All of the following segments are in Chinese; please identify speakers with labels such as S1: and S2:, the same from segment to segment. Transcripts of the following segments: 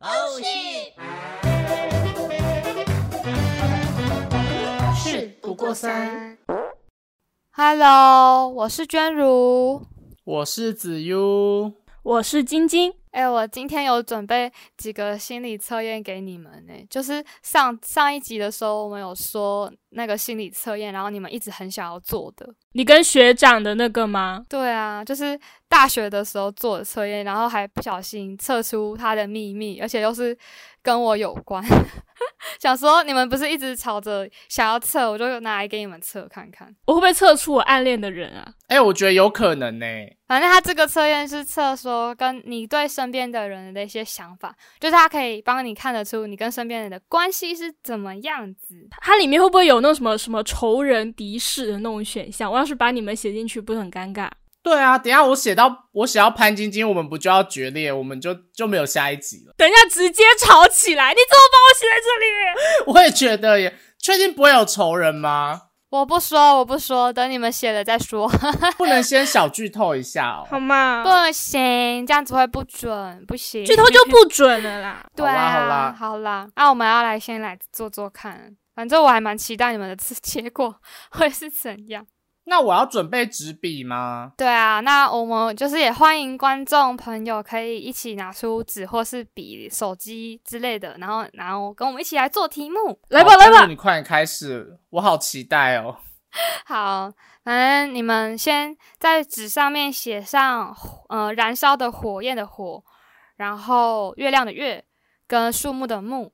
S1: 故事。事不过三。
S2: Hello，我是娟如。
S3: 我是子悠，
S4: 我是晶晶，
S2: 哎、我今天有准备几个心理测验给你们呢、就是上上一集的时候，我们有说那个心理测验，然后你们一直很想要做的。
S4: 你跟学长的那个吗？
S2: 对啊，就是大学的时候做的测验，然后还不小心测出它的秘密，而且又是跟我有关。 想说你们不是一直吵着想要测，我就拿来给你们测看看。
S4: 我会不会测出我暗恋的人啊？
S3: 哎、我觉得有可能呢、
S2: 反正他这个测验是测说跟你对身边的人的一些想法，就是他可以帮你看得出你跟身边人的关系是怎么样子。
S4: 它里面会不会有那种什么什么仇人敌视的那种选项？我要是把你们写进去，不是很尴尬？
S3: 对啊，等一下我写到我写到潘晶晶，我们不就要决裂，我们就就没有下一集了。
S4: 等一下直接吵起来！你怎么把我写在这里？
S3: 我也觉得耶，确定不会有仇人吗？
S2: 我不说，我不说，等你们写了再 说。
S3: 不能先小剧透一下
S4: 好
S3: 哦。
S4: 吗？
S2: 不行，这样子会不准，不行。
S4: 剧透就不准了啦。
S2: 对啊，
S3: 好啦
S2: 好啦，啊那、我们要来先来做做看。反正我还蛮期待你们的结果 会是怎样。
S3: 那我要准备纸笔吗？
S2: 对啊，那我们就是也欢迎观众朋友可以一起拿出纸或是笔、手机之类的，然后然后跟我们一起来做题目。
S4: 来吧，
S3: 好
S4: 来
S3: 不如
S4: 吧，
S3: 你快点开始，我好期待哦。
S2: 好，反正你们先在纸上面写上呃燃烧的火焰的火，然后月亮的月跟树木的木，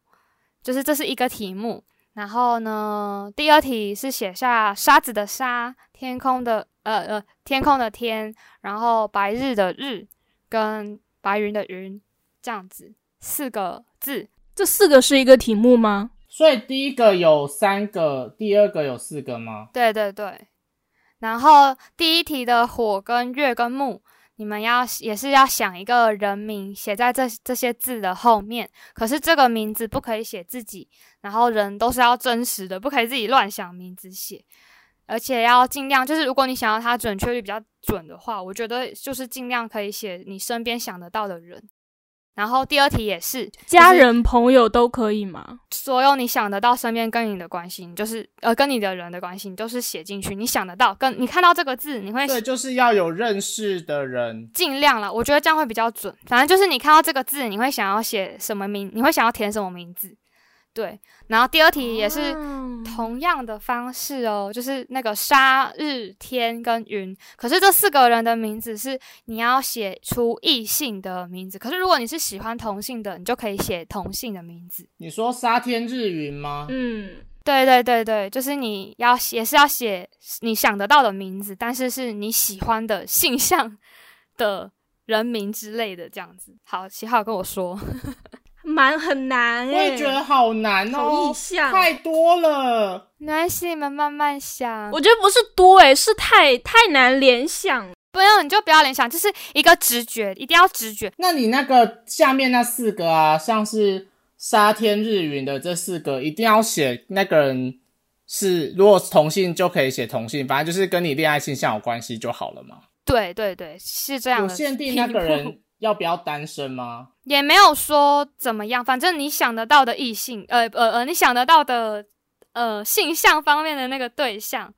S2: 就是这是一个题目。然后呢，第二题是写下沙子的沙，天空的呃呃天空的天，然后白日的日跟白云的云，这样子四个字。
S4: 这四个是一个题目吗？
S3: 所以第一个有三个，第二个有四个吗？
S2: 对对对，然后第一题的火跟月跟木，你们要也是要想一个人名写在这这些字的后面，可是这个名字不可以写自己，然后人都是要真实的，不可以自己乱想名字写，而且要尽量就是如果你想要它准确率比较准的话，我觉得就是尽量可以写你身边想得到的人。然后第二题也是，
S4: 家人、朋友都可以吗？
S2: 所有你想得到身边跟你的关系，你就是呃跟你的人的关系，你都是写进去。你想得到，跟你看到这个字，你会
S3: 对，就是要有认识的人。
S2: 尽量了。我觉得这样会比较准。反正就是你看到这个字，你会想要写什么名，你会想要填什么名字。对，然后第二题也是
S4: 嗯
S2: 同样的方式哦，就是那个沙、日、天跟云。可是这四个人的名字是你要写出异性的名字。可是如果你是喜欢同性的，你就可以写同性的名字。
S3: 你说沙天日云吗？
S4: 嗯，
S2: 对对对对，就是你要写也是要写你想得到的名字，但是是你喜欢的性向的人名之类的这样子。好，七号跟我说，
S4: 蛮很难
S3: 我
S4: 哎、
S3: 也觉得好难
S4: 好
S3: 哦
S4: 意，象
S3: 太多了。
S2: 没关系，你们慢慢想。
S4: 我觉得不是多哎、是太太难联想
S2: 不用你就不要联想，就是一个直觉，一定要直觉。
S3: 那你那个下面那四个啊，像是沙天日云的这四个，一定要写那个人是，如果是同性就可以写同性，反正就是跟你恋爱倾向有关系就好了嘛。
S2: 对对对，是这样
S3: 有
S2: 的。
S3: 限定那个人要不要单身吗？
S2: 也没有说怎么样，反正你想得到的异性，呃呃呃，你想得到的呃性向方面的那个对象，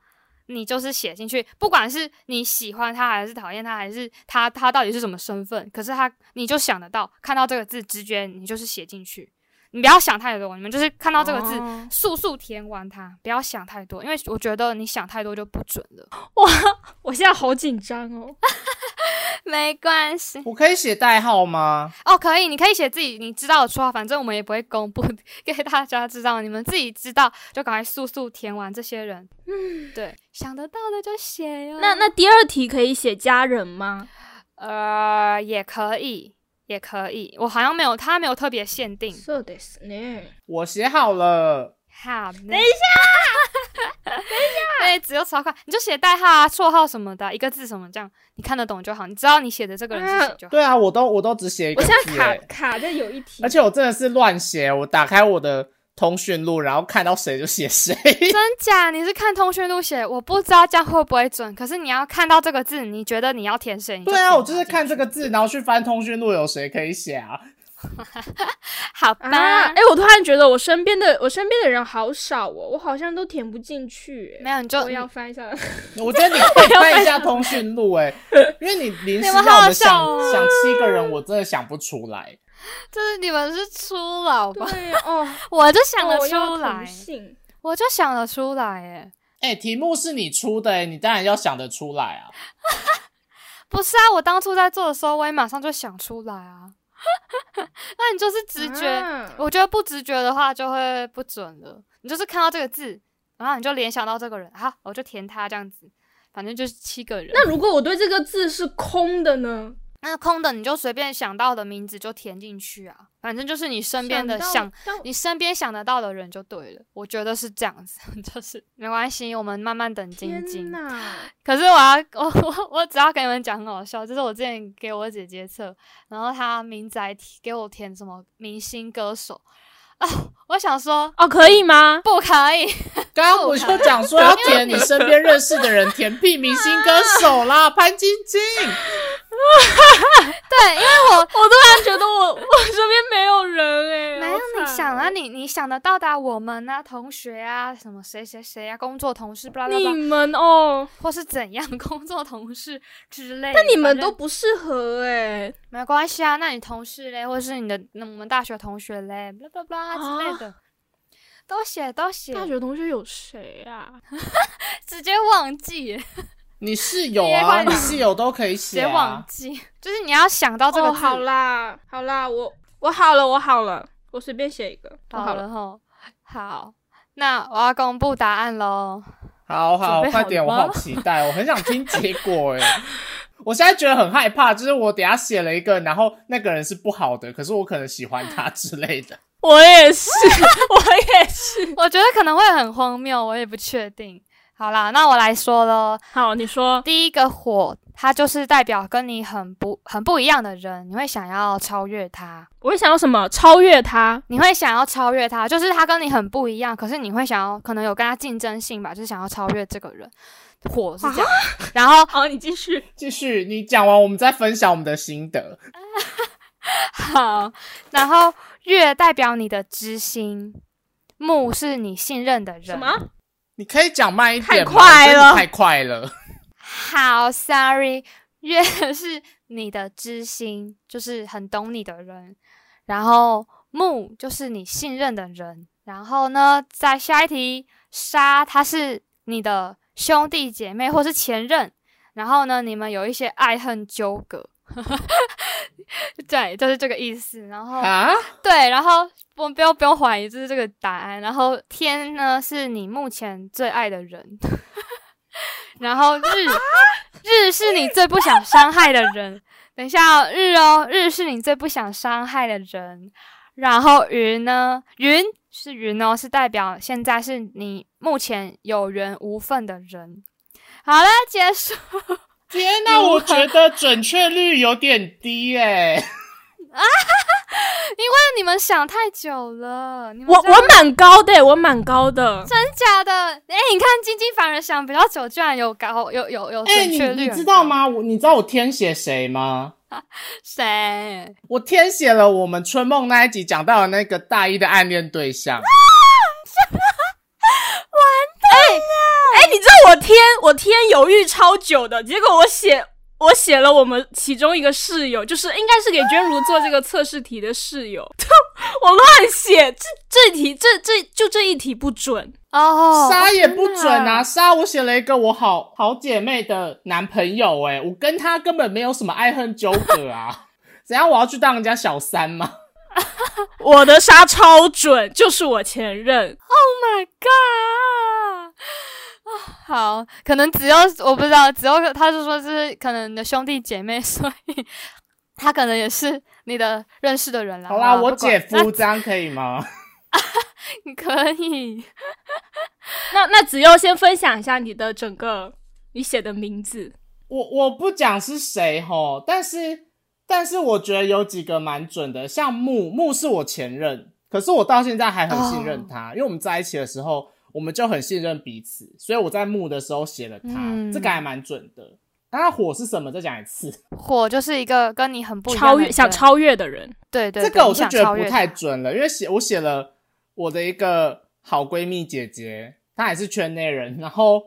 S2: 你就是写进去，不管是你喜欢他还是讨厌他，还是他他到底是什么身份，可是他你就想得到，看到这个字直觉你就是写进去，你不要想太多，你们就是看到这个字。
S4: 哦
S2: 速速填完它，不要想太多，因为我觉得你想太多就不准了。
S4: 我现在好紧张哦。
S2: 没关系
S3: 我可以写代号吗？
S2: 哦，可以，你可以写自己你知道的绰号，反正我们也不会公布给大家知道，你们自己知道就赶快速速填完这些人。嗯，对，想得到的就写哟。
S4: 那那第二题可以写家人吗？
S2: 呃也可以，也可以，我好像没有，他没有特别限定。
S4: そうですね。
S3: 我写好了，
S2: 好，等一下，等一下， 对，只有超快，你就写代号啊、绰号什么的，一个字什么这样，你看得懂就好，你知道你写的这个人是谁就好。
S3: 对啊，我都我都只写一
S4: 我
S3: 个字
S4: 现在卡
S3: 耶，
S4: 卡在有一题，
S3: 而且我真的是乱写，我打开我的通讯录，然后看到谁就写谁。
S2: 真假？你是看通讯录写，我不知道这样会不会准。可是你要看到这个字，你觉得你要填谁？你
S3: 对啊，
S2: 填
S3: 我就是
S2: 它
S3: 看这个字，然后去翻通讯录有谁可以写啊。
S2: 好吧，
S4: 啊，哎、我突然觉得我身边的我身边的人好少哦，我好像都填不进去、
S2: 没有你
S4: 哎
S2: 就嗯
S4: 我要翻一下，
S3: 我觉得你 可以翻一下通讯录、欸，因为你临时
S2: 你们
S3: 让我
S2: 好
S3: 们想
S2: 笑哦
S3: 想七个人，我真的想不出来。
S2: 就是你们是初老吧？
S4: 对 哦，
S2: 我就想得
S4: 哦要
S2: 出来
S4: 同，性
S2: 我就想得出来，哎，
S3: 哎、题目是你出的、欸，你当然要想得出来啊。
S2: 不是啊，我当初在做的时候，我也马上就想出来啊。 那你就是直觉，
S4: 啊
S2: 我觉得不直觉的话就会不准了。你就是看到这个字，然后你就联想到这个人，好，我就填他这样子，反正就是七个人。
S4: 那如果我对这个字是空的呢？
S2: 那空的你就随便想到的名字就填进去啊，反正就是你身边的
S4: 到
S2: 想，
S4: 到
S2: 你身边想得到的人就对了。我觉得是这样子， 就是没关系，我们慢慢等晶晶
S4: 天。哪！
S2: 可是我要 我我我只要跟你们讲很好笑，就是我之前给我姐姐测，然后她明仔提给我填什么明星歌手啊，我想说
S4: 哦，可以吗？
S2: 不可以，
S3: 刚刚我就讲说要填你身边认识的人，填屁明星歌手啦，潘晶晶。
S2: 对，因为我
S4: 我突然觉得我我身边 没有人哎、
S2: 没
S4: 好
S2: 有你
S4: 惨
S2: 想
S4: 哦
S2: 啊，你你想得到的啊我们啊，同学啊，什么谁谁谁啊，工作同事，巴拉巴
S4: 你
S2: 拉，
S4: 们哦，
S2: 或是怎样 工作同事之类的。
S4: 但你们
S2: 反
S4: 都
S2: 正
S4: 不适合哎、
S2: 没关系啊，那你同事嘞，或是你的那我们大学同学嘞，巴拉巴拉之类的，都写都写，
S4: 啊大学同学有谁啊？
S2: 直接忘记耶。
S3: 你室友
S2: 毕业
S3: 啊，
S2: 快乐
S3: 你室友都可以
S2: 直
S3: 写
S2: 接忘
S3: 啊。
S2: 记，就是你要想到这个
S4: 哦，
S2: 字
S4: 好啦，好啦，我我好了，我好了，我随便写一个，我
S2: 好
S4: 好
S2: 了
S4: 了。
S2: 吼。好，那我要公布答案喽。
S3: 好好，
S2: 准备好
S3: 快
S2: 了
S3: 点，我好期待，我很想听结果哎、我现在觉得很害怕，就是我等一下写了一个，然后那个人是不好的，可是我可能喜欢他之类的。
S4: 我也 是，我也是。
S2: 我觉得可能会很荒谬，我也不确定。好啦，那我来说喽。
S4: 好，你说
S2: 第一个火，它就是代表跟你很不很不一样的人，你会想要超越他，
S4: 我会想要什么？超越他？
S2: 你会想要超越他，就是他跟你很不一样，可是你会想要可能有跟他竞争性吧，就是想要超越这个人。火是这样，
S4: 啊
S2: 然后
S4: 好，哦你继续。
S3: 继续，你讲完我们再分享我们的心得。
S2: 好，然后月代表你的知心，木是你信任的人。
S4: 什么？
S3: 你可以讲慢一
S4: 太
S3: 点吗，
S4: 快了
S3: 真的太快了。
S2: 好，sorry，月 是你的知心，就是很懂你的人。然后木就是你信任的人。然后呢，在下一题，沙他是你的兄弟姐妹或是前任。然后呢，你们有一些爱恨纠葛。 对，就是这个意思。然后
S3: 啊？
S2: 对，然后不不用不用怀疑，就是这个答案。然后天呢，是你目前最爱的人， 然后日日是你最不想伤害的人。等一下、哦，日哦，日是你最不想伤害的人。然后云呢，云是云哦，是代表现在是你目前有缘无分的人。好了，结束。
S3: 天哪，我觉得准确率有点低哎、
S2: 你们想太久了，你们
S4: 我
S2: 真的
S4: 我蛮高的，我蛮高的。
S2: 真假的？哎、你看晶晶反而想比较久，居然有高有有有
S3: 哎、
S2: 准
S3: 你
S2: 确率、
S3: 你知道？吗？我你知道我填写谁吗？
S2: 谁？
S3: 我填写了我们春梦那一集讲到的那个大一的暗恋对象，
S4: 哎、你知道我天我天犹豫超久的，结果我写我写了我们其中一个室友，就是应该是给娟如做这个测试题的室 友，我乱写，这这题这这就这一题不准。
S2: 哦、
S3: 莎、也不准
S4: 真的
S3: 啊。
S4: 啊
S3: 莎，我写了一个我好好姐妹的男朋友、哎，我跟他根本没有什么爱恨纠葛 啊。怎样？我要去当人家小三吗？
S4: 我的杀超准，就是我前任。
S2: o h my god！啊，好，可能只有我不知道，只有他是说是可能你的兄弟姐妹， 所以他可能也是你的认识的人啦。
S3: 好啦，
S2: 啊不
S3: 我
S2: 管
S3: 姐夫
S2: 那
S3: 这样可以吗？
S2: 你可以。
S4: 那那子悠先分享一下你的整个你写的名字，
S3: 我我不讲是谁吼，但是但是我觉得有几个蛮准的，像木木是我前任，可是我到现在还很信
S2: 哦
S3: 任他因为我们在一起的时候我们就很信任彼此，所以我在木的时候写了他，
S2: 嗯
S3: 这个还蛮准的。那火是什么？再讲一次。
S2: 火就是一个跟你很不一样
S4: 超
S2: 的
S4: 越想
S2: 人
S4: 超越的人，
S2: 对对
S3: 这
S2: 对
S3: 个我
S2: 你
S3: 是
S2: 想
S3: 觉得
S2: 超
S3: 不
S2: 越
S3: 太
S2: 他
S3: 准了，因为写我写了我的一个好闺蜜姐姐，她也是圈内人，然后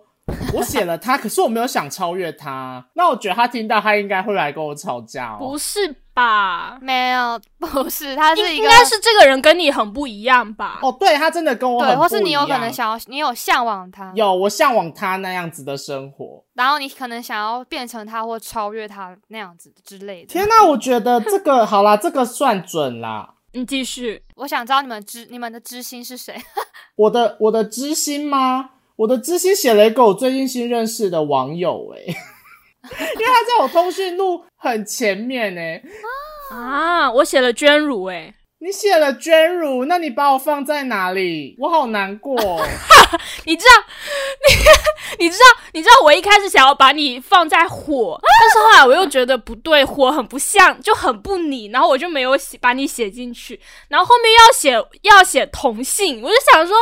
S3: 我写了她，可是我没有想超越她。那我觉得她听到，她应该会来跟我吵架
S4: 不
S3: 哦。
S4: 是吧？
S2: 没有， 不是，他是
S4: 应
S2: 一
S4: 应
S2: 个
S4: 该是这个人跟你很不一样吧？
S3: 哦，对，她真的跟我很
S2: 对，
S3: 不一
S2: 或
S3: 样。
S2: 是你有可能想要，你有向往他，
S3: 有我向往她那样子的生活。
S2: 然后你可能想要变成他或超越他那样子之类的。
S3: 天哪、我觉得这个好啦，这个算准啦。
S4: 你继续，
S2: 我想知道你们知你们的知心是谁？
S3: 我的我的知心吗？我的知心写了一个我最近新认识的网友、 欸，因为他在我通讯录很前面哎、
S4: 啊，我写了娟如哎、
S3: 你写了娟如，那你把我放在哪里？我好难过哦、
S4: 你知道，你你知道，你知道，我一开始想要把你放在火，但是后来我又觉得不对，火很不像，就很不你，然后我就没有写把你写进去，然后后面要写要写同性，我就想说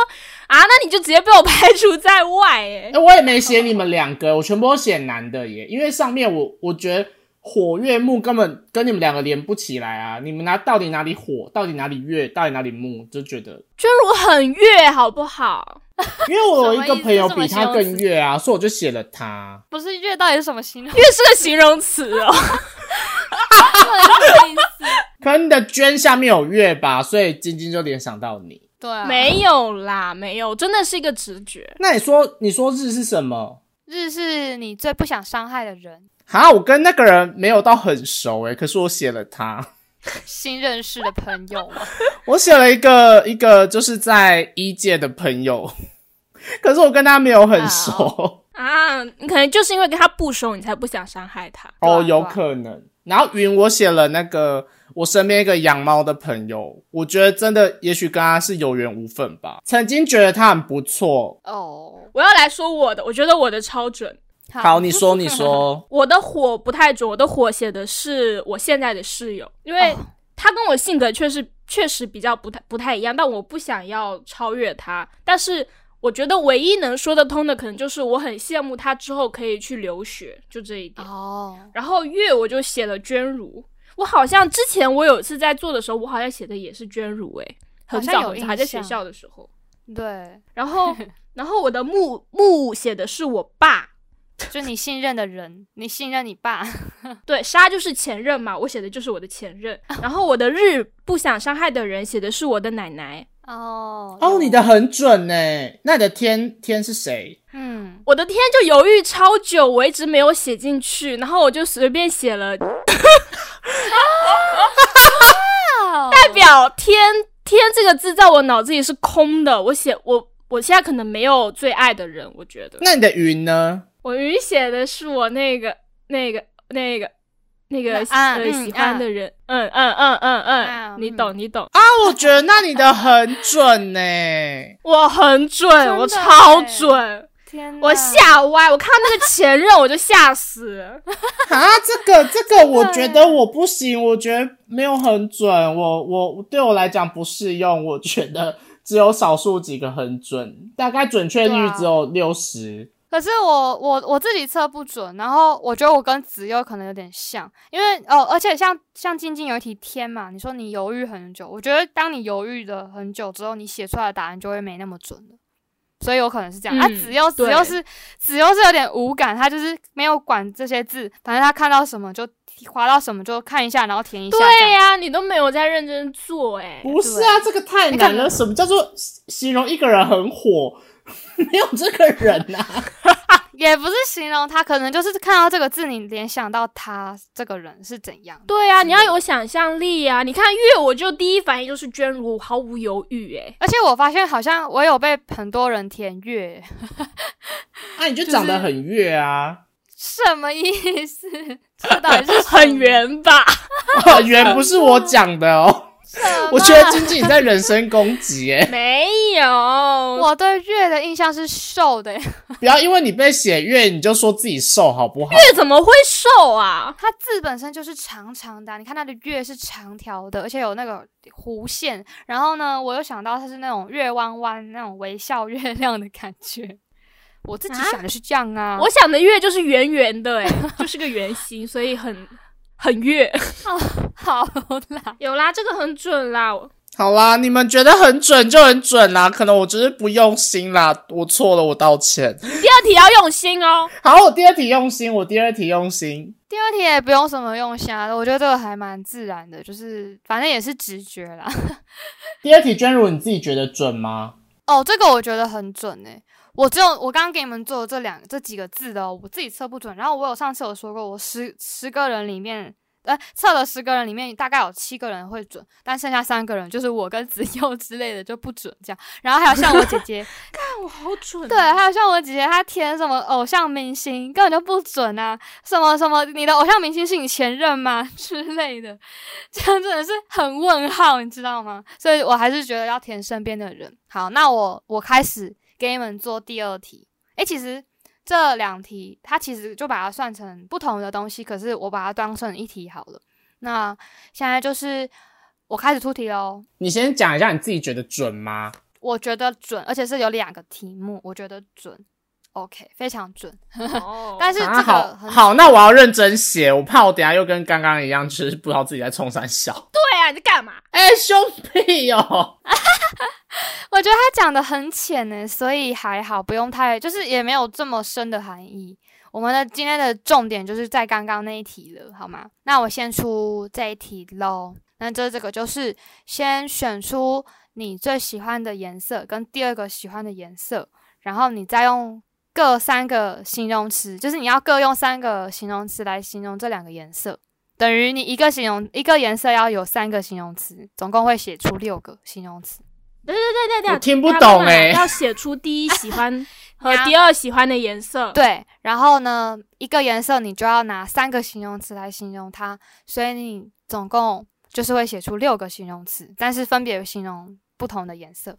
S4: 啊，那你就直接被我排除在外 哎、
S3: 哎、我也没写你们两个，我全部都写男的耶，因为上面我我觉得火月木根本跟你们两个连不起来啊！你们哪到底哪里火，到底哪里月，到底哪里木，就觉得，
S4: 娟如很越好不好？
S3: 因为我有一
S2: 什
S3: 个
S2: 么意思
S3: 朋友
S2: 这么
S3: 比他
S2: 羞
S3: 更
S2: 耻
S3: 月啊，所以我就写了他。
S2: 不是月到底是什么形容？
S4: 越是个形容词 哦。
S2: 什么意思？
S3: 可能你的娟下面有月吧，所以晶晶就联想到你。
S2: 对啊，
S4: 没有啦，没有，真的是一个直觉。
S3: 那你说，你说日是什么？
S2: 日是你最不想伤害的人，
S3: 哈，我跟那个人没有到很熟诶、可是我写了他。
S2: 新认识的朋友嘛。
S3: 我写了一个一个就是在一届的朋友， 可是我跟他没有很熟 哦
S4: 啊，你可能就是因为跟他不熟，你才不想伤害他。
S2: 对啊
S3: 哦有可能。然后云，我写了那个我身边一个养猫的朋友，我觉得真的也许跟他是有缘无分吧。曾经觉得他很不错。
S2: 哦，
S4: 我要来说我的，我觉得我的超准。，
S3: 好，你说，你说
S4: 我的火不太准，我的火写的是我现在的室友，因为
S2: 哦
S4: 他跟我性格确实确实比较不太不太一样，但我不想要超越他。但是我觉得唯一能说得通的，可能就是我很羡慕他之后可以去留学，就这一 点。
S2: 哦，
S4: 然后月我就写了娟如，我好像之前我有一次在做的时候，我好像写的也是娟如、欸，很
S2: 好像
S4: 早
S2: 有
S4: 很早
S2: 印
S4: 还在学
S2: 象
S4: 校的时候。
S2: 对，
S4: 然后 然后我的木木写的是我爸，
S2: 就你信任的人，你信任你爸，
S4: 对，杀就是前任嘛，我写的就是我的前任。然后我的日不想伤害的人写的是我的奶奶。
S2: 哦，
S3: 哦，你的，很准呢、欸那你的天天是谁？
S2: 嗯，
S4: 我的天，就犹豫超久，我一直没有写进去，然后我就随便写了代表天天这个字在我脑子里是空的，我写我我现在可能没有最爱的人，我觉得
S3: 那你的云呢？
S4: 我云写的是我那个那个那个那个
S2: 那啊
S4: 呃
S2: 嗯
S4: 喜欢的人，嗯嗯嗯嗯
S2: 啊
S4: 嗯，你
S2: 嗯
S4: 懂你懂，
S3: 啊，我觉得那你的很准欸呢、
S4: 我很
S2: 的
S4: 准，我超
S2: 欸
S4: 准。
S2: 天哪，
S4: 我吓歪，我看到那个前任我就吓死。
S3: 啊，这个这个，我觉得我不行，我觉得没有很准，我我对我来讲不适用，我觉得只有少数几个很准，大概准确率只有六十、
S2: 可是我我我自己测不准，然后我觉得我跟子悠可能有点像，因为哦，而且像像晶晶有一题天嘛，你说你犹豫很久，我觉得当你犹豫了很久之后，你写出来的答案就会没那么准了，所以有可能是这样。啊，
S4: 嗯
S2: 子悠子
S4: 对
S2: 悠是子悠是有点无感，他就是没有管这些字，反正他看到什么就划到什么就看一下，然后填一下。这样
S4: 对呀、 你都没有在认真做哎、
S3: 不是啊，这个太难了。什么叫做形容一个人很火？ 没有这个人呐、啊，
S2: 也不是形容他，可能就是看到这个字，你联想到他这个人是怎样。
S4: 对呀、你要有想象力呀、你看月，我就第一反应就是娟如，毫无犹豫哎、
S2: 而且我发现好像我有被很多人填阅，
S3: 啊，你就长得很越啊，
S2: 什么意思？ 这到底是什么
S4: 很？圆吧？
S3: 哦原不是我讲的哦。
S2: 什么
S3: 我觉得仅仅在人身攻击、欸，
S4: 没有，
S2: 我对月的印象是瘦的，
S3: 不要因为你被写越你就说自己瘦好不好？
S4: 月怎么会瘦 啊？
S2: 它字本身就是长长的啊、你看它的月是长条的，而且有那个弧线。然后呢，我又想到它是那种月弯弯那种微笑月亮的感觉，我自己想的是这样啊，
S4: 我想的月就是圆圆的、欸，哎， 就是个圆形，所以很很月。
S2: 好啦，
S4: 有啦，这个很准啦。
S3: 好啦，你们觉得很准就很准啦，可能我只是不用心啦，我错了，我道歉。
S4: 第二题要用心 哦。
S3: 好，我第二题用心，我第二题用心。
S2: 第二题也不用什么用心啊，我觉得这个还蛮自然的，就是反正也是直觉啦。
S3: 第二题，娟如你自己觉得准吗？
S2: 哦，这个我觉得很准诶、我只有我刚刚给你们做的这两这几个字的哦、我自己测不准。然后我有上次有说过，我十十个人里面，呃，测了十个人里面大概有七个人会准，但剩下三个人就是我跟子 佑之类的就不准这样。然后还有像我姐姐，
S4: 看我好准啊、
S2: 对，还有像我姐姐，她填什么偶像明星根本就不准啊，什么什么你的偶像明星是你前任吗 之类的，这样真的是很问号，你知道吗？所以我还是觉得要填身边的人。好，那我我开始给你们做第二题。诶，其实这两题它其实就把它算成不同的东西，可是我把它当成一题好了。那现在就是我开始出题喽。
S3: 你先讲一下你自己觉得准吗？
S2: 我觉得准，而且是有两个题目，我觉得准。OK，非常准。
S4: 哦
S2: 但是这
S3: 啊，
S2: 个
S3: 好
S2: 很
S3: 好，那我要认真写，我怕我等一下又跟刚刚一样，就是不知道自己在冲三小。
S4: 对啊，你在干嘛？
S3: 哎、兄弟哦，
S2: 我觉得他讲的很浅呢，所以还好，不用太，就是也没有这么深的含义。我们的今天的重点就是在刚刚那一题了，好吗？那我先出这一题喽。那这这个就是先选出你最喜欢的颜色跟第二个喜欢的颜色，然后你再用各三个形容词，就是你要各用三个形容词来形容这两个颜色，等于你一个形容一个颜色要有三个形容词，总共会写出六个形容词。
S4: 对对对，
S3: 我听不
S4: 他
S3: 懂
S4: 们俩
S3: 欸
S4: 要写出第一喜欢 和第二喜欢的颜色。
S2: 对，然后呢，一个颜色你就要拿三个形容词来形容它，所以你总共就是会写出六个形容词，但是分别形容不同的颜色。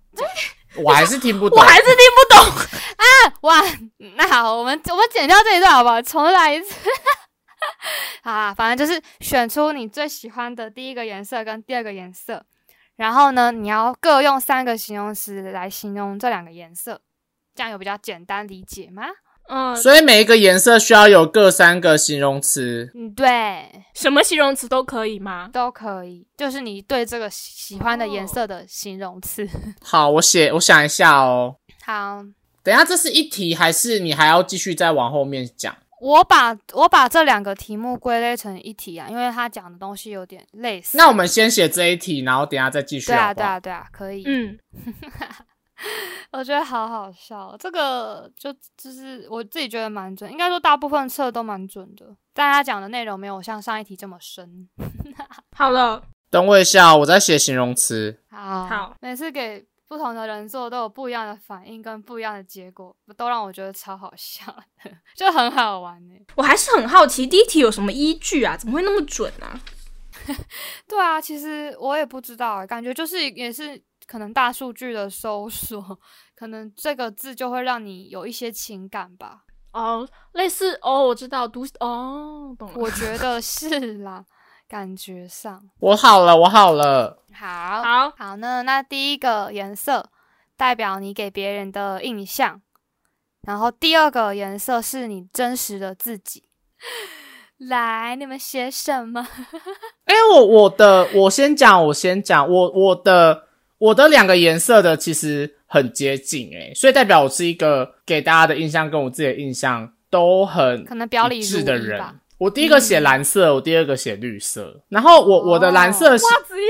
S3: 我还是听不懂
S4: 我。还是听不懂。
S2: 哇，那好，我们我们剪掉这一段好不好？重来一次。 好啦，反正就是选出你最喜欢的第一个颜色跟第二个颜色，然后呢，你要各用三个形容词来形容这两个颜色，这样有比较简单理解吗？
S4: 嗯，
S3: 所以每一个颜色需要有各三个形容词。
S2: 嗯，对。
S4: 什么形容词都可以吗？
S2: 都可以，就是你对这个喜喜欢的颜
S3: 哦
S2: 色的形容词。
S3: 好，我写，我想一下哦。
S2: 好，
S3: 等一下，这是一题，还是你还要继续再往后面讲？
S2: 我把我把这两个题目归类成一题啊，因为它讲的东西有点类似。
S3: 那我们先写这一题，然后等一下再继续
S2: 对啊
S3: 好不
S2: 对
S3: 好？
S2: 啊对啊，可以。
S4: 嗯，
S2: 我觉得好好笑，这个就就是我自己觉得蛮准，应该说大部分测都蛮准的，但他讲的内容没有像上一题这么深。
S4: 好了，
S3: 等我一下，我在写形容词。
S2: 好，
S4: 好，
S2: 每次给不同的人做都有不一样的反应跟不一样的结果，都让我觉得超好笑的， 就很好玩欸呢、
S4: 我还是很好奇第一题有什么依据啊？怎么会那么准啊？
S2: 对啊，其实我也不知道啊，感觉就是也是可能大数据的搜索，可能这个字就会让你有一些情感吧，
S4: 哦，类似哦，我知道，读哦，
S3: 嗯
S4: 懂了。
S2: 我觉得是啦，感觉上
S3: 我好了，我好了。
S2: 好
S4: 好，
S2: 好呢，那第一个颜色代表你给别人的印象，然后第二个颜色是你真实的自己。 来，你们写什么？
S3: 哎、我我的我先讲，我先讲，我我的我的两个颜色的其实很接近、诶所以代表我是一个给大家的印象跟我自己的印象都很
S2: 可能表里
S3: 一
S2: 如
S3: 致
S2: 一
S3: 的人
S2: 吧。。
S3: 我第一个写蓝色，我第二个写绿色。然后我我
S2: 哦
S3: 的蓝色是、
S4: 子佑，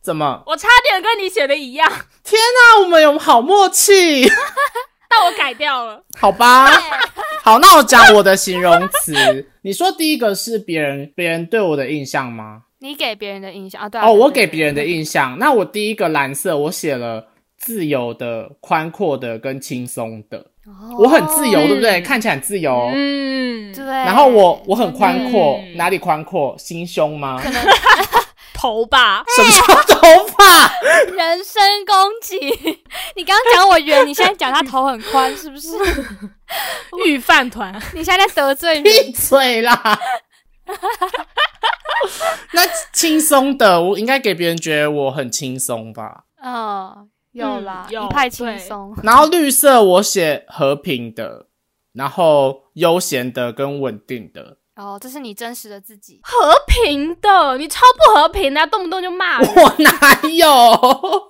S3: 怎么？
S4: 我差点跟你写的一样，
S3: 天哪、我们有好默契，
S4: 但我改掉了。
S3: 好吧？好，那我讲我的形容词。你说第一个是别人别人对我的印象吗？
S2: 你给别人的印象啊？对啊
S3: 哦，
S2: 对
S3: 我
S2: 对
S3: 给
S2: 对
S3: 别人的印象，那我第一个蓝色，我写了自由的、宽阔的跟轻松的，我很自由，
S2: 哦
S3: 对不对？
S4: 嗯
S3: 看起来很自由。
S4: 嗯，
S2: 对。
S3: 然后我我很
S2: 真
S3: 宽
S2: 的
S3: 阔，
S4: 嗯
S3: 哪里宽阔？心胸吗？什
S4: 头吧，
S3: 么时候头发？
S2: 人身攻击。 你刚刚讲我圆，你现在讲他头很宽，是 不是？
S4: 御饭团。
S2: 你现在在得罪 人。
S3: 闭 嘴啦！那轻松的，我应该给别人觉得我很轻松吧？
S2: 嗯，有啦，
S4: 有
S2: 一派
S4: 对
S2: 轻松。
S3: 然后绿色我写和平的，然后悠闲的跟稳定的。
S2: 哦，这是你真实的自 己。
S4: 和平的，你超不和平的，啊动不动就骂人，
S3: 我哪有？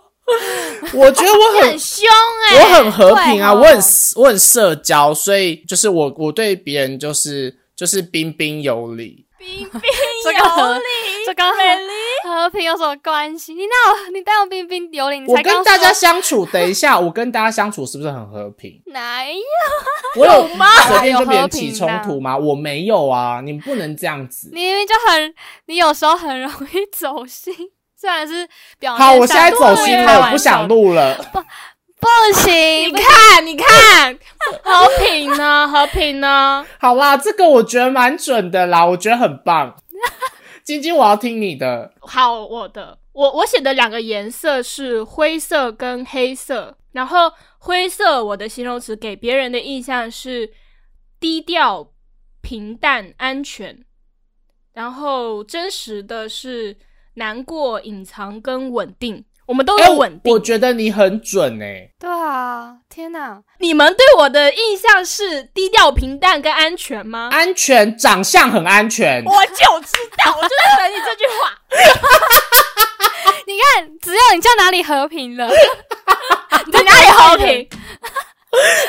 S3: 我觉得我很
S4: 很凶哎、
S3: 我很和平啊，
S2: 对哦
S3: 我很我很社交，所以就是我我对别人就是就是彬彬有礼。
S4: 彬彬
S2: 这个
S4: 有
S2: 和
S4: 礼，
S2: 这跟和
S4: 美丽
S2: 和平有什么关系？你那有你带我彬彬有礼，你
S3: 我
S2: 才刚
S3: 跟大家
S2: 说
S3: 相处，等一 下，我跟大家相处是不是很和平？
S2: 哪有？
S3: 我有
S4: 吗
S3: 随便跟别
S2: 有
S3: 人
S2: 和
S3: 起
S2: 平
S3: 冲
S2: 的
S3: 突吗？我没有啊，你们不能这样子。
S2: 你明明就很，你有时候很容易走心， 虽然是表面
S3: 好，我现
S2: 上
S3: 在走
S2: 对
S3: 心
S2: 开
S3: 了，我
S2: 玩
S3: 不
S2: 笑
S3: 想录了。
S2: 不行
S4: 你，看，你看， 和平呢？和平呢？
S3: 好啦，这个我觉得蛮准的啦，我觉得很 棒。晶晶，我要听你的。
S4: 好，我的，我我写的两个颜色是灰色跟黑色，然后灰色我的形容词给别人的印象是低调、平淡、安全，然后真实的是难过、隐藏跟稳定。我们都
S3: 哎，
S4: 有
S3: 我
S4: 稳定。
S3: 我觉得你很准哎、
S2: 对啊，天哪，
S4: 你们对我的印象是低调、平淡跟安全吗？
S3: 安全，长相很安全。
S4: 我就知道，我就在等你这句话。
S2: 你看，只要你叫哪里和平了，
S4: 你在哪里和平？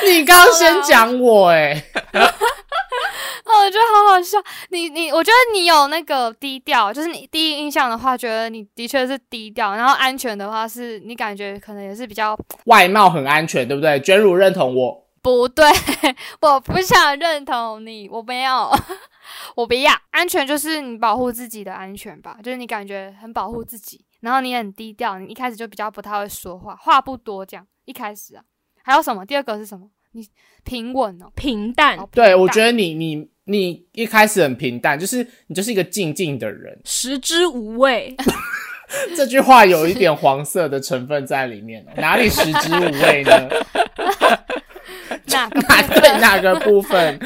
S3: 你刚刚先讲我哎、
S2: 哦，我觉得好好笑。你你，我觉得你有那个低调，就是你第一印象的话，觉得你的确是低调，然后安全的话是你感觉可能也是比较
S3: 外貌很安全，对不对？娟如认同我，
S2: 不对， 我不想认同你，我没有， 我不要。安全就是你保护自己的安全吧，就是你感觉很保护自己，然后你很低调，你一开始就比较不太会说话，话不多讲。一开始啊，还有什么？第二个是什么？你平稳哦。
S4: 平淡
S2: 好
S3: 对
S2: 平
S3: 我
S2: 淡
S3: 觉得你你你一开始很平淡，就是你就是一个静静的人。
S4: 食之无味。
S3: 这句话有一点黄色的成分在里面哦，哪里食之无味呢？
S2: 哪个
S3: 哪对哪个部分？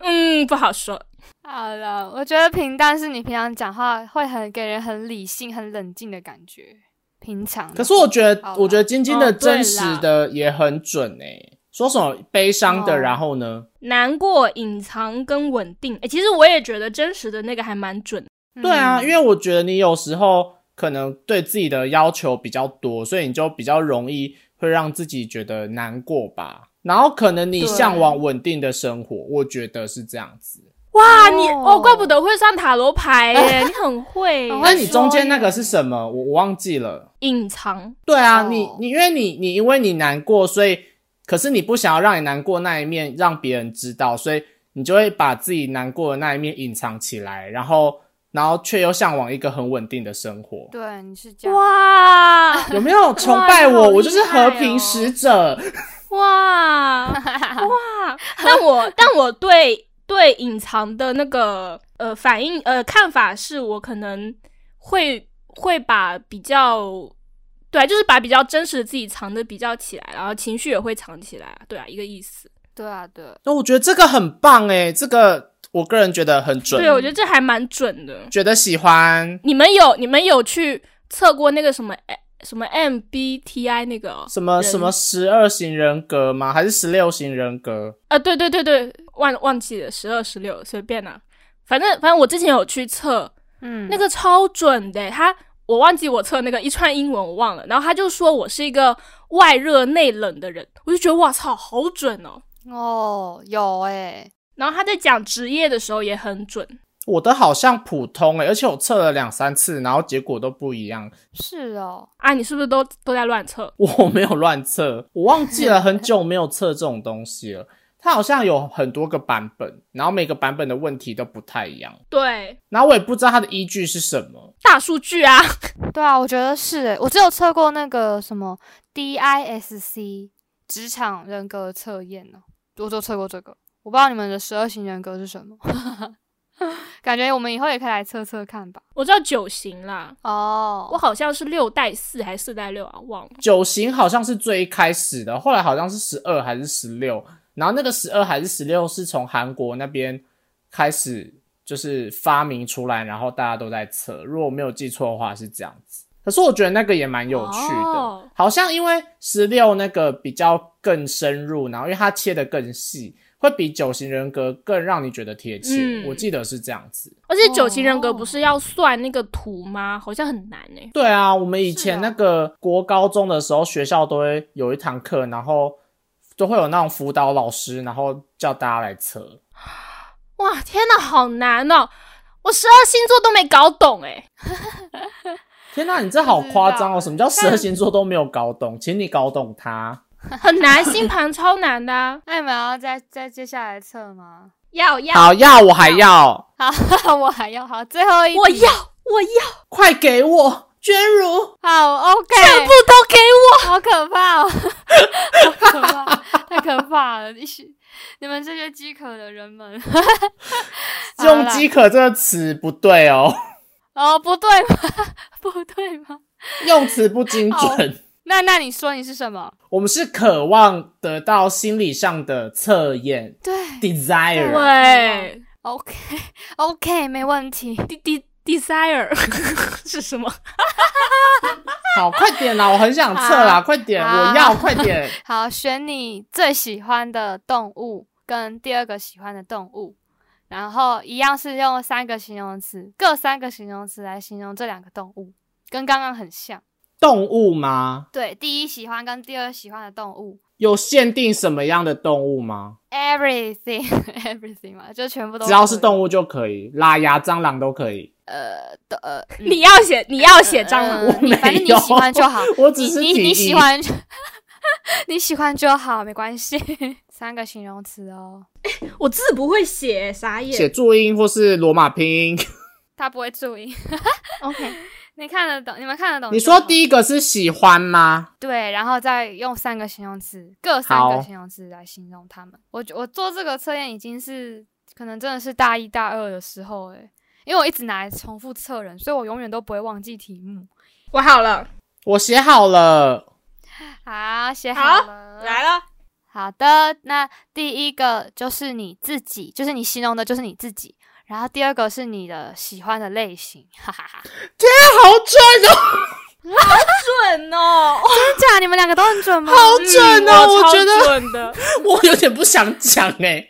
S4: 嗯，不好说。
S2: 好了，我觉得平淡是你平常讲话会很给人很理性、很冷静的感觉。平常的话，
S3: 可是我觉
S2: 好
S3: 得
S2: 啦，
S3: 我觉得晶晶的
S4: 哦对啦
S3: 真实的也很准哎、说什么悲伤的，
S2: 哦
S3: 然后呢？
S4: 难过、隐藏跟稳定。诶，其实我也觉得真实的那个还蛮准。
S2: 嗯
S3: 对啊，因为我觉得你有时候可能对自己的要求比较多，所以你就比较容易会让自己觉得难过吧。然后可能你
S4: 对
S3: 向往稳定的生活，我觉得是这样子。
S4: 哇，
S2: 哦
S4: 你哦，怪不得会算塔罗 牌耶，你很会
S2: 很
S3: 那
S2: 会
S3: 你
S2: 说
S3: 中间那
S2: 耶
S3: 个是什么？我我忘记了。
S4: 隐藏。
S3: 对啊，
S2: 哦
S3: 你你因为你你因为你难过，所以可是你不想要让你难过那一面让别人知道，所以你就会把自己难过的那一面隐藏起来，然后然后却又向往一个很稳定的生活。
S2: 对你是这样。
S4: 哇
S3: 有没有崇拜
S4: 你好
S3: 我？
S4: 厉
S3: 我就是
S4: 害
S3: 和
S4: 哦
S3: 平使者。
S4: 哇哇！但我但我对对隐藏的那个呃反应呃看法是我可能会会把比较。对啊，就是把比较真实的自己藏的比较起来，然后情绪也会藏起来，对啊，一个意思。
S2: 对啊，对啊，
S3: 那我觉得这个很棒诶，这个我个人觉得很准，
S4: 对，我觉哦得这还蛮准的。
S3: 觉得喜欢
S4: 你们有你们有去测过那个什么哎什么 MBTI 那个哦、
S3: 什么
S4: 人
S3: 什么十二型人格吗？还是十六型人格？
S4: 啊？对对对对，忘忘记了，十二十六随便啦、反正反正我之前有去测，
S2: 嗯，
S4: 那个超准的、他我忘记我测那个一串英文我忘了，然后他就说我是一个外热内冷的人，我就觉得哇操，好准哦。
S2: 哦，有哎、
S4: 然后他在讲职业的时候也很准，
S3: 我的好像普通欸诶，而且我测了两三次，然后结果都不一样。
S2: 是哦，
S4: 啊，你是不是都都在乱测？
S3: 我没有乱测，我忘记了很久没有测这种东西了。它好像有很多个版本，然后每个版本的问题都不太一样，
S4: 对，
S3: 然后我也不知道它的依据是什么。
S4: 大数据啊，
S2: 对啊，我觉得是诶、我只有测过那个什么 DISC 职场人格测验呢、我只有测过这个，我不知道你们的十二型人格是什么， 感觉我们以后也可以来测测看吧。
S4: 我知道九型啦，
S2: 哦
S4: 我好像是六带四还是四带六啊，忘了。
S3: 九型好像是最一开始的，后来好像是十二还是十六，然后那个十二还是十六是从韩国那边开始就是发明出来，然后大家都在测。如果我没有记错的话是这样子。可是我觉得那个也蛮有趣的，
S4: 哦
S3: 好像因为十六那个比较更深入，然后因为它切的更细，会比九型人格更让你觉得贴切。
S4: 嗯
S3: 我记得是这样子。
S4: 而且九型人格不是要算那个图吗？好像很难哎、
S3: 对啊，我们以
S2: 是
S3: 前
S2: 啊
S3: 那个国高中的时候，学校都会有一堂课，然后都会有那种辅导老师，然后叫大家来测。
S4: 哇，天哪，好难哦！我十二星座都没搞懂哎、
S3: 天呐，你这好夸张哦！
S2: 不知道
S3: 什么叫十二星座都没有搞懂？请你搞懂它。
S4: 很难，星盘超难的啊、
S2: 那你们要再再接下来测吗？
S4: 要要
S3: 好要，我还要，
S2: 好，我还要好，最后一
S4: 我
S2: 题
S4: 要我要，
S3: 快给我娟如。
S2: 好，OK，
S4: 全部都给我。
S2: 好可怕哦，好可怕，太可怕了！你是你们这些饥渴的人们， 好啦
S3: 用“饥渴”这个词不 对哦，
S2: 哦，不对吗？ 不对吗？
S3: 用词不精准。
S2: 那那你说你是什么？
S3: 我们是渴望得到心理上的测验
S2: 对
S3: ，desire。
S4: 对
S2: ，OK OK，没问题。
S4: ，D D desire 是什么？
S3: 好，快点啦！我很想测啦，快点，
S2: 好
S3: 我要快点。
S2: 好，选你最喜欢的动物跟第二个喜欢的动物，然后一样是用三个形容词，各三个形容词来形容这两个动物，跟刚刚很像。
S3: 动物吗？
S2: 对，第一喜欢跟第二喜欢的动物
S3: 有限定什么样的动物吗？
S2: ，everything everything 嘛，就全部都
S3: 只要是
S2: 物，
S3: 动物就可以，拉牙、蟑螂都可以。
S2: 呃的 呃，嗯
S4: 你要写你要写蟑螂，
S2: 呃你反正你
S3: 我没有
S2: 喜欢就好，
S3: 我 只是
S2: 你你
S3: 提议
S2: 你喜欢就。 你喜欢就好，没关系。 三个形容词哦，
S4: 我字不会写，傻眼。
S3: 写注音或是罗马拼音。
S2: 他不会注意。
S4: OK，
S2: 你看得懂？你们看得懂就好？
S3: 你说第一个是喜欢吗？
S2: 对，然后再用三个形容词，各三
S3: 好
S2: 个形容词来形容他们。我觉我做这个测验已经是可能真的是大一大二的时候诶、因为我一直拿来重复测人，所以我永远都不会忘记题目。
S4: 我好了，
S3: 我写好了，
S2: 好，写
S4: 好
S2: 好嗯了，
S4: 来了。
S2: 好的，那第一个就是你自己，就是你形容的，就是你自己。然后第二个是你的喜欢的类型，哈哈哈。
S3: 好准哦，
S4: 准哦，
S2: 真假？你们两个都很准吗？ 嗯
S3: 好准哦！
S4: 我
S3: 我觉得
S4: 超准的，
S3: 我有点不想讲哎、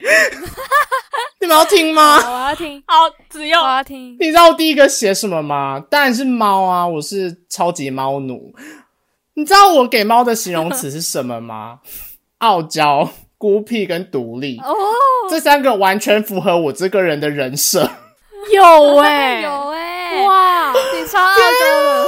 S3: 你们要听吗？
S2: 好我要听，
S4: 好，只有
S2: 我要听。
S3: 你知道我第一个写什么吗？当然是猫啊，我是超级猫奴。你知道我给猫的形容词是什么吗？ 傲娇、孤僻跟独立，
S2: 哦，
S3: 这三个完全符合我这个人的人设。
S4: 有 哎
S2: 有哎、哇，
S4: 哇，
S2: 你超傲娇的。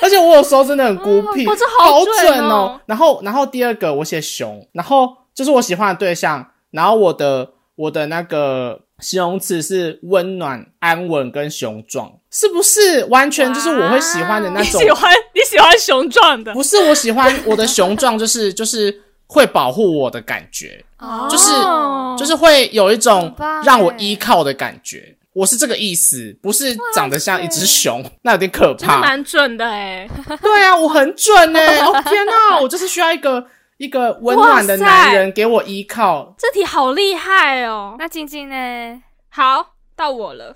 S3: 而且我有时候真的很孤僻，
S4: 哇这
S3: 好
S4: 好
S3: 准
S4: 准哦
S3: 然后，然后第二个我写熊，然后就是我喜欢的对象，然后我的我的那个形容词是温暖、安稳跟雄壮，是不是完全就是我会喜欢的那
S4: 你
S3: 种？
S4: 喜欢 你喜欢雄壮 的，
S3: 不是我喜欢我的雄壮，就是 就是会保护我的感觉，
S2: 哦
S3: 就是
S4: 哦
S3: 就是会有一种
S2: 很棒
S3: 让我依靠的感觉。我是这个意思，不是长得像一只熊，那有点可
S4: 真的
S3: 怕。
S4: 蛮准的哎，
S3: 对啊，我很准呢、哦天哪、我就是需要一个一个温暖的男人给我依靠。
S4: 这题好厉害哦。
S2: 那静静呢？
S4: 好，到我 了，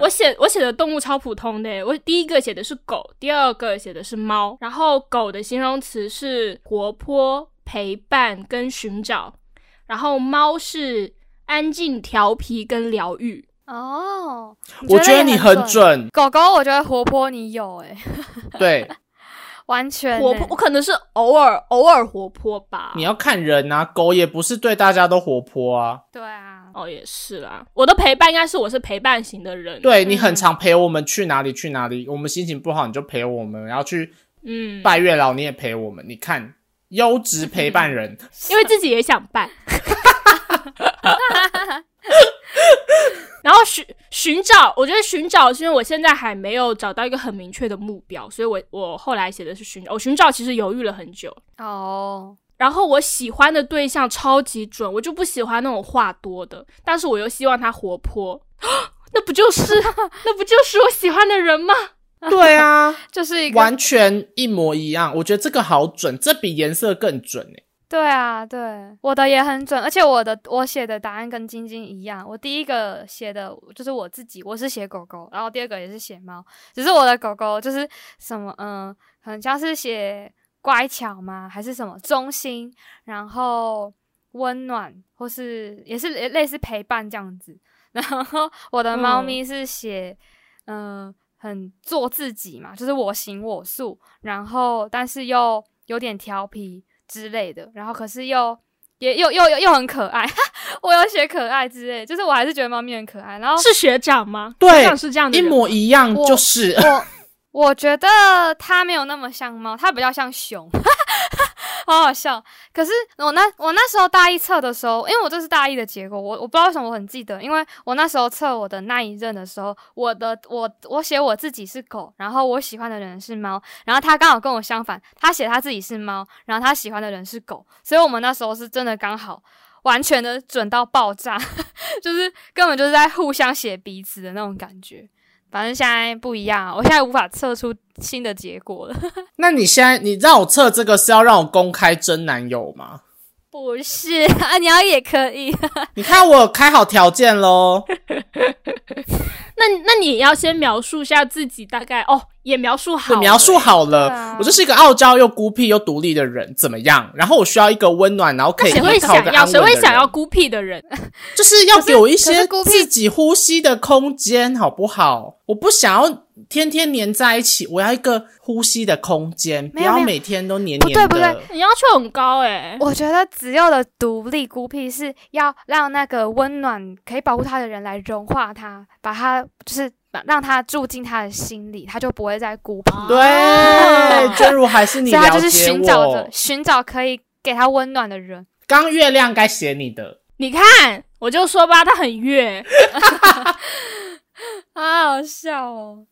S4: 我写我写的动物超普通的耶，我第一个写的是狗，第二个写的是猫，然后狗的形容词是活泼、陪伴跟寻找，然后猫是安静、调皮跟疗愈。
S2: 哦，
S3: 我觉得你很
S2: 准。
S3: 准，
S2: 狗狗，我觉得活泼你有哎、
S3: 对，
S2: 完全
S4: 活
S2: 欸
S4: 泼，我可能是偶尔偶尔活泼吧。
S3: 你要看人啊，狗也不是对大家都活泼啊。
S2: 对啊，
S4: 哦，也是啦。我的陪伴应该是我是陪伴型的人。，
S3: 对你很常陪我们去哪里去哪里，我们心情不好你就陪我们，然后去
S4: 嗯，
S3: 拜月老你也陪我们。你看，优质陪伴人，
S4: 因为自己也想拜。 然后寻寻找，我觉得寻找是因为我现在还没有找到一个很明确的目标，所以我我后来写的是寻找。我寻找其实犹豫了很久，
S2: 哦，
S4: 然后我喜欢的对象超级准，我就不喜欢那种话多的，但是我又希望他活泼， 那不就是那不就是我喜欢的人吗？
S3: 对 啊，
S2: 就是一个
S3: 完全一模一样。我觉得这个好准，这比颜色更准哎、
S2: 对啊，对，我的也很准，而且我的我写的答案跟晶晶一样。我第一个写的就是我自己，我是写狗狗，然后第二个也是写猫，只是我的狗狗就是什么，嗯，很像是写乖巧吗，还是什么忠心，然后温暖，或是也是类似陪伴这样子。 然后我的猫咪是写，嗯、很做自己嘛，就是我行我素，然后但是又有点调皮之类的，然后可是又也又又又又很可爱， 我有写可爱之类，就是我还是觉得猫咪很可爱。然后
S4: 是学长吗？
S3: 对
S4: 学长是这样的
S3: 一
S4: 人吗
S3: 模一样，
S2: 我
S3: 就是
S4: 哦
S2: 我我觉得它没有那么像猫，它比较像熊， 好好笑。可是我那我那时候大一测的时候，因为我这是大一的结果，我我不知道为什么我很记得，因为我那时候测我的那一任的时候，我的我我写我自己是狗，然后我喜欢的人是猫，然后他刚好跟我相反，他写他自己是猫，然后他喜欢的人是狗，所以我们那时候是真的刚好。完全的准到爆炸， 就是根本就是在互相写彼此的那种感觉。反正现在不一样啊，我现在无法测出新的结果了。
S3: 那你现在你让我测这个是要让我公开真男友 吗？
S2: 不是 啊，你要也可以。
S3: 你看我开好条件喽，
S4: 那那你要先描述一下自己，大概哦，也描述好
S3: 对，
S4: 了，
S3: 描述好了，
S2: 对啊
S3: 我就是一个傲娇又孤僻又独立的人，怎么样？然后我需要一个温暖，然后可以
S4: 谁会
S3: 依靠
S4: 想
S3: 的
S4: 要
S3: 安稳
S4: 谁
S3: 的
S4: 会
S3: 人
S4: 想要，孤僻的人？
S3: 就是要给我一
S2: 可
S3: 些
S2: 是孤僻
S3: 自己呼吸的空间，好不好？我不想要天天黏在一起，我要一个呼吸的空间，
S2: 没
S3: 不
S2: 有
S3: 要
S2: 没有
S3: 每天都黏
S2: 不
S3: 黏的。
S2: 对不对
S4: 你要求很高哎、
S2: 我觉得子佑的独立孤僻是要让那个温暖可以保护他的人来融化他，把他就是把让他住进他的心里，他就不会再孤僻。
S3: 对，真如还是你
S2: 啊 所以他
S3: 了
S2: 就是
S3: 解
S2: 寻找着
S3: 我。
S2: 寻找可以给他温暖的人。
S3: 刚月亮该写你的，
S4: 你看，我就说吧，他很越，
S2: 好好笑哦。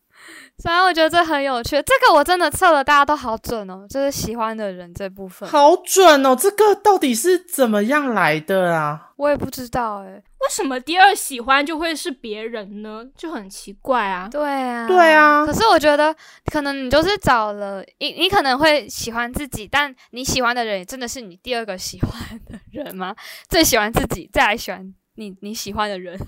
S2: 反正我觉得这很有趣，这个我真的测了，大家都好准哦，就是喜欢的人这部分，
S3: 好准哦！这个到底是怎么样来的啊？
S2: 我也不知道哎、
S4: 为什么第二喜欢就会是别人呢？就很奇怪啊。
S2: 对啊，
S3: 对啊
S2: 可是我觉得，可能你就是找了你，你可能会喜欢自己，但你喜欢的人也真的是你第二个喜欢的人吗？最喜欢自己，再来喜欢你你喜欢的人、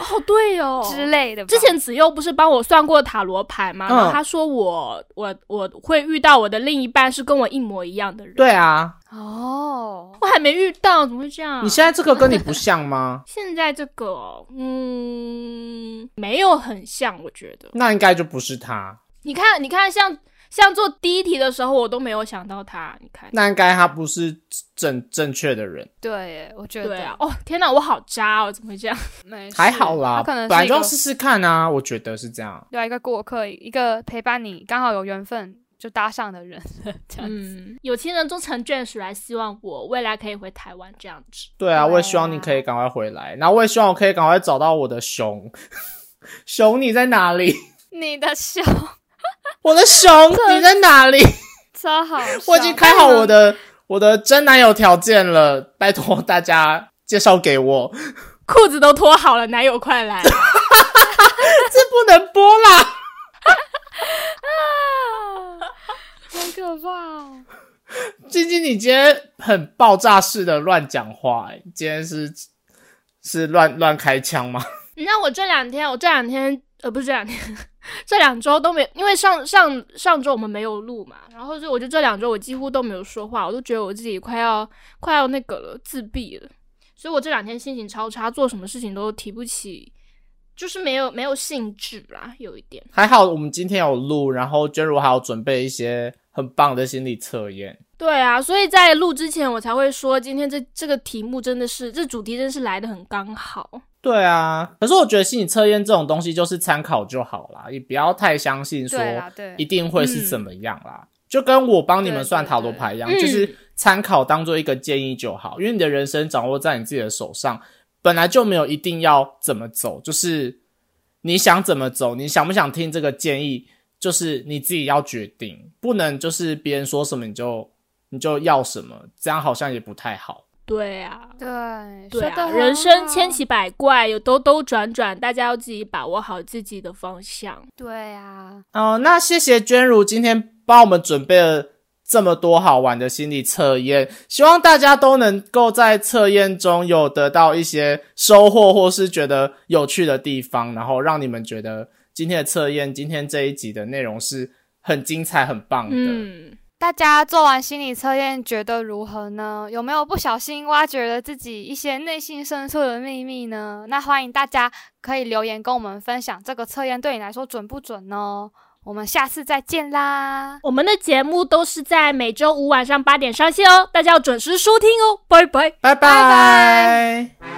S4: 哦，对哦
S2: 之类的吧。
S4: 之前子佑不是帮我算过塔罗牌吗？
S3: 嗯
S4: 然后他说我我我会遇到我的另一半是跟我一模一样的人，
S3: 对啊，
S2: 哦，
S4: 我还没遇到，怎么会
S2: 嗯
S4: 这样？？
S3: 你现在这个跟你不像吗
S4: 现在这个哦，嗯，没有很像，我觉得。
S3: 那应该就不是他，
S4: 你看，你看，像像做第一题的时候，我都没有想到他。你看，
S3: 那应该他不是正正确的人，
S2: 对耶，我觉得
S4: 对啊，哦，天哪，我好渣哦，怎么会这样？
S2: 没事
S3: 还好啊啦，
S2: 他可能
S3: 本来
S2: 是一
S3: 就
S2: 个
S3: 要试试看啊，我觉得是这样。
S2: 对啊一个过客，一个陪伴你刚好有缘分就搭上的人，这样子。
S4: 嗯，有情人终成眷属来，希望我未来可以回台湾这样子。
S3: 对
S2: 对
S3: 啊，
S2: 啊
S3: 我也希望你可以赶快回来，然后我也希望我可以赶快找到我的熊， 熊你在哪里？
S2: 你的笑
S3: 我的熊 你在哪里？
S2: 超好笑，
S3: 我已经开好我的我的真男友条件了，拜托大家介绍给我，
S4: 裤子都脱好了，男友快 来！
S3: 这不能播啦。
S2: 好可怕哦！
S3: 晶晶，你今天很爆炸式的乱讲话、欸，你今天是是乱乱开枪吗？
S4: 你知道我这两天，我这两天呃，不是这两天， 这两周都没，因为上上上周我们没有录嘛，然后就我就这两周我几乎都没有说话，我都觉得我自己快要快要那个了，自闭了，所以我这两天心情超差，做什么事情都提不起，就是没有没有兴致啦，有一点。
S3: 还好我们今天有录，然后娟如还有准备一些很棒的心理测验。
S4: 对啊，所以在录之前我才会说，今天这这个题目真的是这主题真是来的很刚好。
S3: 对啊，可是我觉得心理测验这种东西就是参考就好啦，也不要太相信说
S2: 对啦，对，
S3: 一定会是怎么样啦。就跟我帮你们算塔罗牌一样，
S4: 对对对
S3: 就是参考当做一个建议就好，因为你的人生掌握在你自己的手上，本来就没有一定要怎么走，就是你想怎么走，你想不想听这个建议，就是你自己要决定，不能就是别人说什么你就你就要什么，这样好像也不太好。
S4: 对啊，
S2: 对，
S4: 对
S2: 说得
S4: 啊，
S2: 很
S4: 人生
S2: 好
S4: 千奇百怪，有兜兜转转，大家要自己把握好自己的方向。
S2: 对啊，
S3: 哦、那谢谢娟如今天帮我们准备了这么多好玩的心理测验，希望大家都能够在测验中有得到一些收获，或是觉得有趣的地方，然后让你们觉得今天的测验，今天这一集的内容是很精彩、很棒的。
S4: 嗯，
S2: 大家做完心理测验觉得如何呢？有没有不小心挖掘了自己一些内心深处的秘密呢？那欢迎大家可以留言跟我们分享这个测验对你来说准不准哦。我们下次再见啦，
S4: 我们的节目都是在每周五晚上八点上线哦，大家要准时收听哦，拜拜。
S3: 拜
S2: 拜
S3: 拜